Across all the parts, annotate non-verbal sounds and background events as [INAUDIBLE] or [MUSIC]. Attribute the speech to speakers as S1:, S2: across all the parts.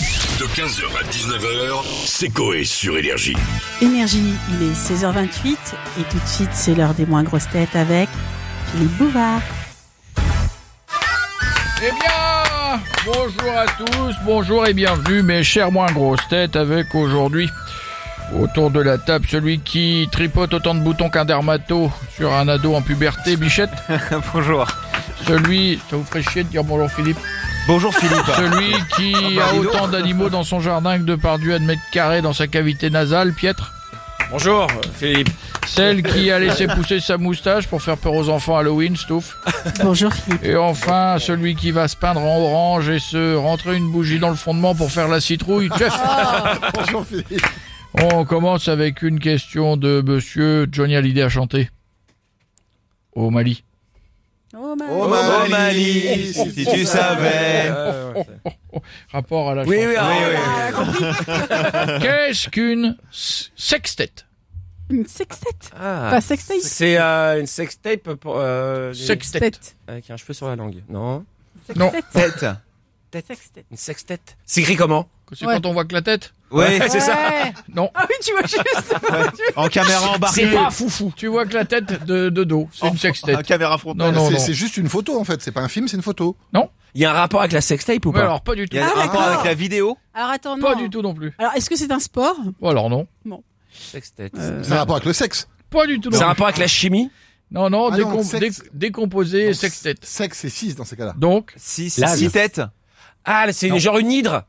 S1: De 15h à 19h, c'est Coé sur Énergie.
S2: Énergie, il est 16h28 et tout de suite c'est l'heure des moins grosses têtes avec Philippe Bouvard.
S3: Eh bien, bonjour à tous, bonjour et bienvenue, mes chers moins grosses têtes, avec aujourd'hui, autour de la table, celui qui tripote autant de boutons qu'un dermato sur un ado en puberté, Bichette.
S4: Bonjour.
S3: Celui, ça vous ferait chier de dire bonjour Philippe.
S4: Bonjour Philippe.
S3: [LAUGHS] Celui qui
S4: bah,
S3: a
S4: dis donc.
S3: autant d'animaux dans son jardin que de pardieu à de mètres carrés dans sa cavité nasale, Piètre.
S5: Bonjour Philippe.
S3: Celle qui a laissé pousser sa moustache pour faire peur aux enfants Halloween, Stouff.
S2: Bonjour Philippe.
S3: Et enfin, celui qui va se peindre en orange et se rentrer une bougie dans le fondement pour faire la
S5: [LAUGHS]
S3: citrouille, Jeff.
S5: Ah.
S3: On commence avec une question de monsieur Johnny Hallyday à chanter. Au Mali.
S2: Oh,
S4: Oh Mali, si tu savais.
S3: Rapport à la
S4: Oui,
S3: chanson.
S4: oui, oui.
S3: Qu'est-ce qu'une s- sextette
S2: Une sextette.
S5: Ah.
S2: Pas sextape.
S5: C'est euh, une sextape pour, euh, des-
S3: Sextette.
S2: Tête.
S5: avec un cheveu sur la langue. Non.
S3: Non.
S2: Sextette.
S4: Tête.
S2: Sextette.
S5: Une sextette. C'est écrit comment
S3: C'est
S2: Ouais.
S3: quand on voit que la tête
S4: Oui,
S2: Ouais.
S5: C'est ça.
S3: Non.
S2: Ah oui, tu vois juste.
S4: en caméra embarquée.
S3: foufou. Tu vois que la tête de, de dos. C'est une
S5: Ah,
S4: En
S3: sextette.
S4: caméra
S3: Non,
S4: frontale.
S3: non, non.
S6: C'est- C'est juste une photo en fait, c'est pas un film, c'est une photo.
S5: Il y a un rapport avec la sextape ou
S3: Mais
S5: pas
S3: alors, pas du
S4: Il
S3: tout.
S4: y a
S2: Ah,
S4: un rapport
S2: d'accord.
S4: avec la vidéo.
S2: Alors attends, non.
S3: Pas du tout non plus.
S2: Alors est-ce que c'est un sport
S3: Ou alors non.
S5: Sextette.
S6: C'est un rapport avec le sexe.
S3: Pas du tout non
S5: C'est un
S3: plus.
S5: rapport avec la chimie
S3: Non, non,
S6: Ah non,
S3: décom-
S6: sexe.
S3: dé- décomposé,
S6: Donc,
S3: sextette.
S6: Sexe c'est 6 dans ces cas-là.
S3: Donc,
S4: Si,
S5: Là,
S4: si
S5: là.
S4: têtes.
S5: Ah, c'est
S3: Non.
S5: genre une hydre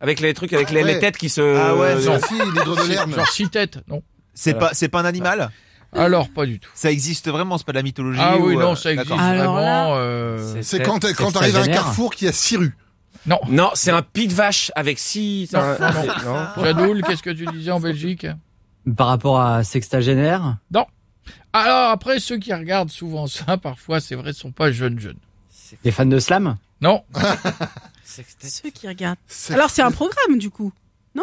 S5: Avec les trucs, avec les,
S6: Ouais.
S5: les têtes qui se...
S4: Ah ouais,
S6: Euh,
S3: non.
S6: si, l'hydre de l'herbe.
S3: genre six têtes, non.
S4: C'est
S5: Voilà.
S4: pas, c'est pas un animal.
S3: Alors, pas du tout.
S4: Ça existe vraiment, c'est pas de la mythologie.
S3: Ah oui,
S4: ou,
S3: non,
S4: euh,
S3: ça existe
S4: d'accord.
S2: Alors là-
S3: vraiment. euh,
S6: C'est quand, quand t'arrives à un carrefour qui a 6 rues.
S3: Non,
S5: Non, c'est un pic de vache avec six...
S3: Non,
S5: un-
S3: non,
S5: non.
S3: Jadoul, qu'est-ce que tu disais en Belgique
S7: Par rapport à sextagénaire
S3: Alors, après, ceux qui regardent souvent ça, [LAUGHS] parfois, c'est vrai, sont pas jeunes, jeunes.
S7: Des fans de slam
S3: Non,
S5: Sextette.
S2: Ceux qui regardent.
S6: C'est-
S2: Alors c'est un programme du coup.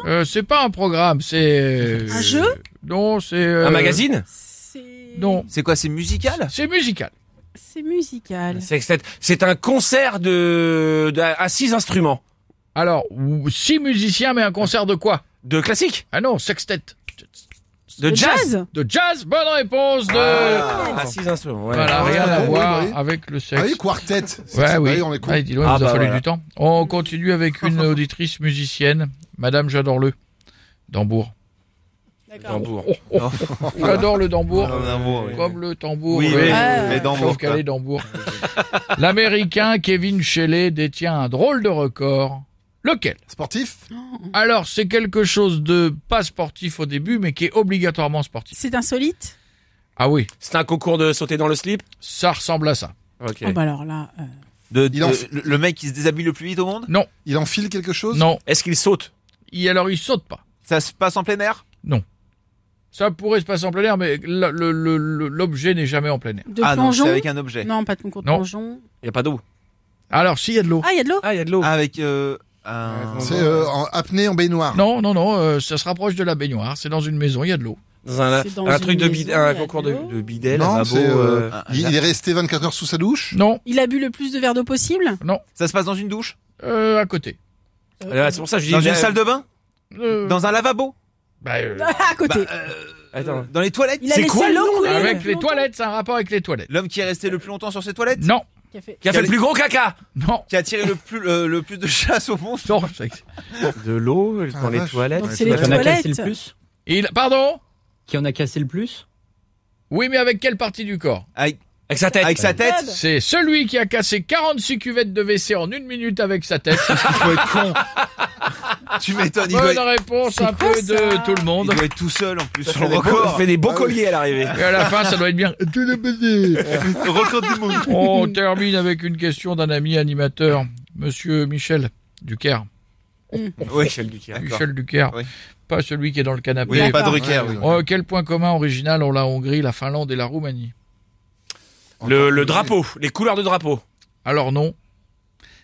S3: euh, c'est pas un programme, c'est. euh,
S2: Un jeu
S3: Non, c'est. euh,
S5: Un magazine
S2: C'est.
S3: Non,
S4: C'est quoi, c'est musical
S3: c'est musical.
S2: C'est musical.
S5: Sextette. Bah, C'est un concert de, de- à six instruments.
S3: Alors, ou- six musiciens, mais un concert de quoi
S5: De classique
S3: Ah non, sextette.
S5: De,
S2: Le
S5: jazz,
S3: De jazz, bonne réponse de.
S5: Ah, à six instruments, ouais.
S3: Voilà,
S6: Ah,
S3: rien
S6: oui,
S3: à
S6: oui,
S3: voir
S6: oui.
S3: avec le sexe.
S6: Ah oui, quartet. C'est-
S3: Ouais,
S6: c'est
S3: oui.
S6: pareil, on les compte.
S3: Ouais, dis donc, il nous
S5: Ah,
S3: a
S5: bah
S3: fallu
S5: voilà.
S3: du temps. On continue avec une auditrice musicienne, Madame J'adore le Dambourg.
S2: D'accord.
S5: Tambour.
S3: Oh, oh, oh, [LAUGHS] J'adore le Dambourg,
S4: Non, non, oui.
S3: comme le tambour.
S4: Ah, Oui, oui,
S3: euh,
S2: Ouais.
S4: les dents
S3: Sauf
S4: mortes.
S3: qu'elle est Dambourg. L'Américain Kevin Shelley détient un drôle de record. Lequel
S6: Sportif.
S3: Alors, c'est quelque chose de pas sportif au début, mais qui est obligatoirement sportif.
S2: C'est insolite.
S3: Ah oui,
S5: C'est un concours de sauter dans le slip Ah,
S3: ça ressemble à ça.
S5: Ok.
S2: Oh bah alors là. euh,
S4: De, de-
S6: Il en-
S4: le- le mec qui se déshabille le plus vite au monde
S6: Il enfile quelque chose.
S3: Non,
S5: Est-ce qu'il saute
S3: il, alors il saute pas.
S4: Ça se passe en plein air
S3: Ça pourrait se passer en plein air, mais la- le- le- le- l'objet n'est jamais en plein air.
S2: De
S4: Ah non,
S2: plongeon.
S4: c'est avec un objet.
S2: Non, pas de concours de
S3: Non.
S2: plongeon.
S5: Il n'y a pas d'eau.
S3: Alors, s'il y a de l'eau.
S2: Ah, il y a de l'eau.
S5: Ah, il y a de l'eau.
S4: Avec euh, un...
S6: C'est euh, en apnée en
S4: Ah.
S6: baignoire.
S3: Non, non, non, euh, ça se rapproche de la baignoire. C'est dans une maison, il y a de l'eau.
S5: Dans un,
S2: C'est dans
S5: un
S2: une
S5: truc de
S2: maison,
S5: bid-
S2: il y a
S5: un
S2: de
S5: concours de,
S2: l'eau.
S5: de bidel,
S6: Non,
S5: un
S6: c'est,
S5: labo,
S6: euh,
S5: euh,
S4: un-
S6: Il, il est resté 24 heures sous sa douche.
S3: Non,
S2: Il a bu le plus de verres d'eau possible.
S4: Ça se passe dans une douche
S3: euh, à côté.
S5: euh, C'est pour ça que je dis.
S4: Dans
S5: là-
S4: une salle de bain
S3: Euh,
S4: Dans un lavabo
S3: bah, euh,
S2: [LAUGHS] à côté.
S5: euh, Attends.
S4: Dans les toilettes
S2: il a
S4: C'est
S2: laissé
S4: quoi
S2: l'eau couler.
S3: avec
S2: depuis
S3: les
S2: longtemps.
S3: toilettes, c'est un rapport avec les toilettes.
S4: L'homme qui est resté le plus longtemps sur ses toilettes
S3: Non,
S2: Qui a fait-
S5: Qui a fait le plus gros caca
S3: non,
S4: Qui a tiré le plus, le, le plus de chasse
S2: [LAUGHS]
S4: au monde
S3: non, c'est-
S5: De l'eau
S6: dans Ah, les vache.
S5: toilettes.
S2: Donc c'est les
S7: Qui en a cassé le
S2: toilettes.
S7: plus
S3: Il, pardon
S7: Qui en a cassé le plus
S3: Oui, mais avec quelle partie du corps
S4: avec,
S5: Avec sa tête.
S4: avec sa tête
S3: C'est celui qui a cassé 46 cuvettes de WC en une minute avec sa tête.
S4: [LAUGHS] Il faut être con Tu m'étonnes, il, doit
S3: Bonne
S4: être-
S3: réponse
S2: C'est
S3: un
S2: quoi,
S3: peu
S2: ça
S3: de tout le
S4: il
S3: monde.
S4: doit être tout seul en plus
S5: Ça
S4: sur
S5: fait
S4: le
S5: des beaux- ça
S4: record
S5: fait des beaux
S6: Ah oui.
S5: colliers à l'arrivée.
S3: Et à la fin, ça doit être
S4: [LAUGHS]
S3: bien.
S4: Record du monde
S3: On termine avec une question d'un ami animateur, Monsieur Michel Ducaire.
S4: Oui,
S5: Michel Ducaire.
S3: Michel Ducaire,
S4: Oui.
S3: pas celui qui est dans le canapé.
S4: [LAUGHS] oui pas
S2: D'accord.
S4: de Drucker, oui.
S3: Oh, quel point commun original ont la Hongrie, la Finlande et la Roumanie
S5: Le, le drapeau, les couleurs de drapeau.
S3: Alors non.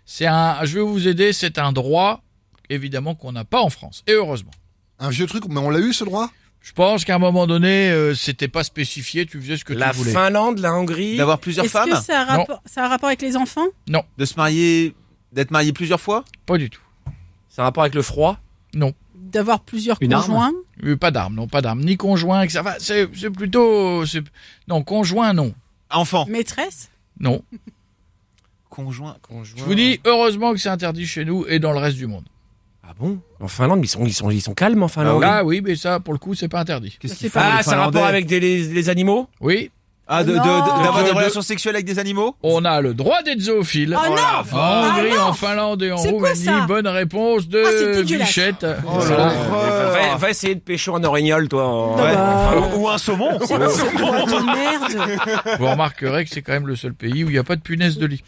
S3: C'est un. Je vais vous aider. C'est un droit, évidemment, qu'on n'a pas en France. Et heureusement.
S6: Un vieux truc, mais on l'a eu ce droit.
S3: Je pense qu'à un moment donné, euh, c'était pas spécifié. Tu faisais ce que
S5: La
S3: tu voulais.
S5: Finlande, la Hongrie.
S4: D'avoir plusieurs
S2: Est-ce que
S4: femmes
S2: ça a, rapport, ça a un rapport avec les enfants
S4: De se marier... D'être marié plusieurs fois
S3: Pas du tout.
S5: C'est un rapport avec le froid
S2: D'avoir plusieurs
S7: Une arme
S2: conjoints.
S3: Euh, Pas d'armes, non, pas d'armes, ni conjoint, etc. Enfin, c'est, c'est plutôt... c'est- Non, conjoint, non.
S4: Enfant.
S2: Maîtresse
S3: Non.
S4: Conjoint.
S3: Je vous dis, heureusement que c'est interdit chez nous et dans le reste du monde.
S5: Ah bon En Finlande, ils sont, ils sont, ils sont calmes en Finlande.
S3: Ah oui, mais ça, pour le coup, c'est pas interdit.
S4: Qu'est-ce
S2: C'est
S4: qu'ils font,
S5: Ah,
S4: les
S5: c'est un rapport
S4: Finlandais
S5: avec des, les, les animaux
S3: Oui,
S4: Ah, de- de- de-
S2: Non.
S4: d'avoir
S3: De-
S4: des
S3: de-
S4: relations sexuelles avec des animaux
S3: on a le droit d'être zoophile.
S2: Oh non
S3: En Hongrie,
S2: Ah non
S3: en Finlande et en
S2: C'est quoi
S3: Roumanie,
S2: ça
S3: bonne réponse de
S2: Ah, c'est dégueulasse.
S3: Bichette.
S6: Oh là
S3: Voilà.
S6: là.
S4: Horreur.
S5: va, va essayer de pêcher un orignol, toi. en-
S2: Non,
S5: Ouais.
S2: bah, Oh,
S4: Ou, ou un saumon
S2: C'est quoi cette loi de merde
S3: Vous remarquerez que c'est quand même le seul pays où il n'y a pas de punaise de lit.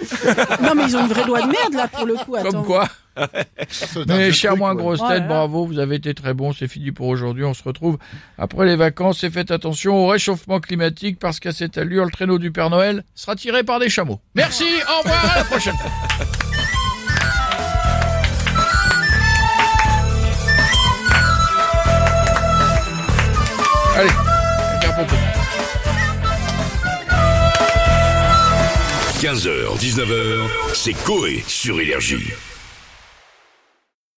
S2: Non, mais ils ont une vraie loi de merde, là, pour le coup. Attends.
S3: Comme quoi.
S6: Ça, c'est un
S3: Mais
S6: vieux
S3: cher
S6: truc,
S3: moins
S6: ouais.
S3: grosse
S2: Oh là
S3: tête,
S2: là.
S3: bravo, vous avez été très bon, c'est fini pour aujourd'hui, on se retrouve après les vacances et faites attention au réchauffement climatique parce qu'à cette allure, le traîneau du Père Noël sera tiré par des chameaux. Merci, au revoir, à la prochaine. Allez, avec un pompon.
S1: 15h, 19h, c'est Coé sur Énergie.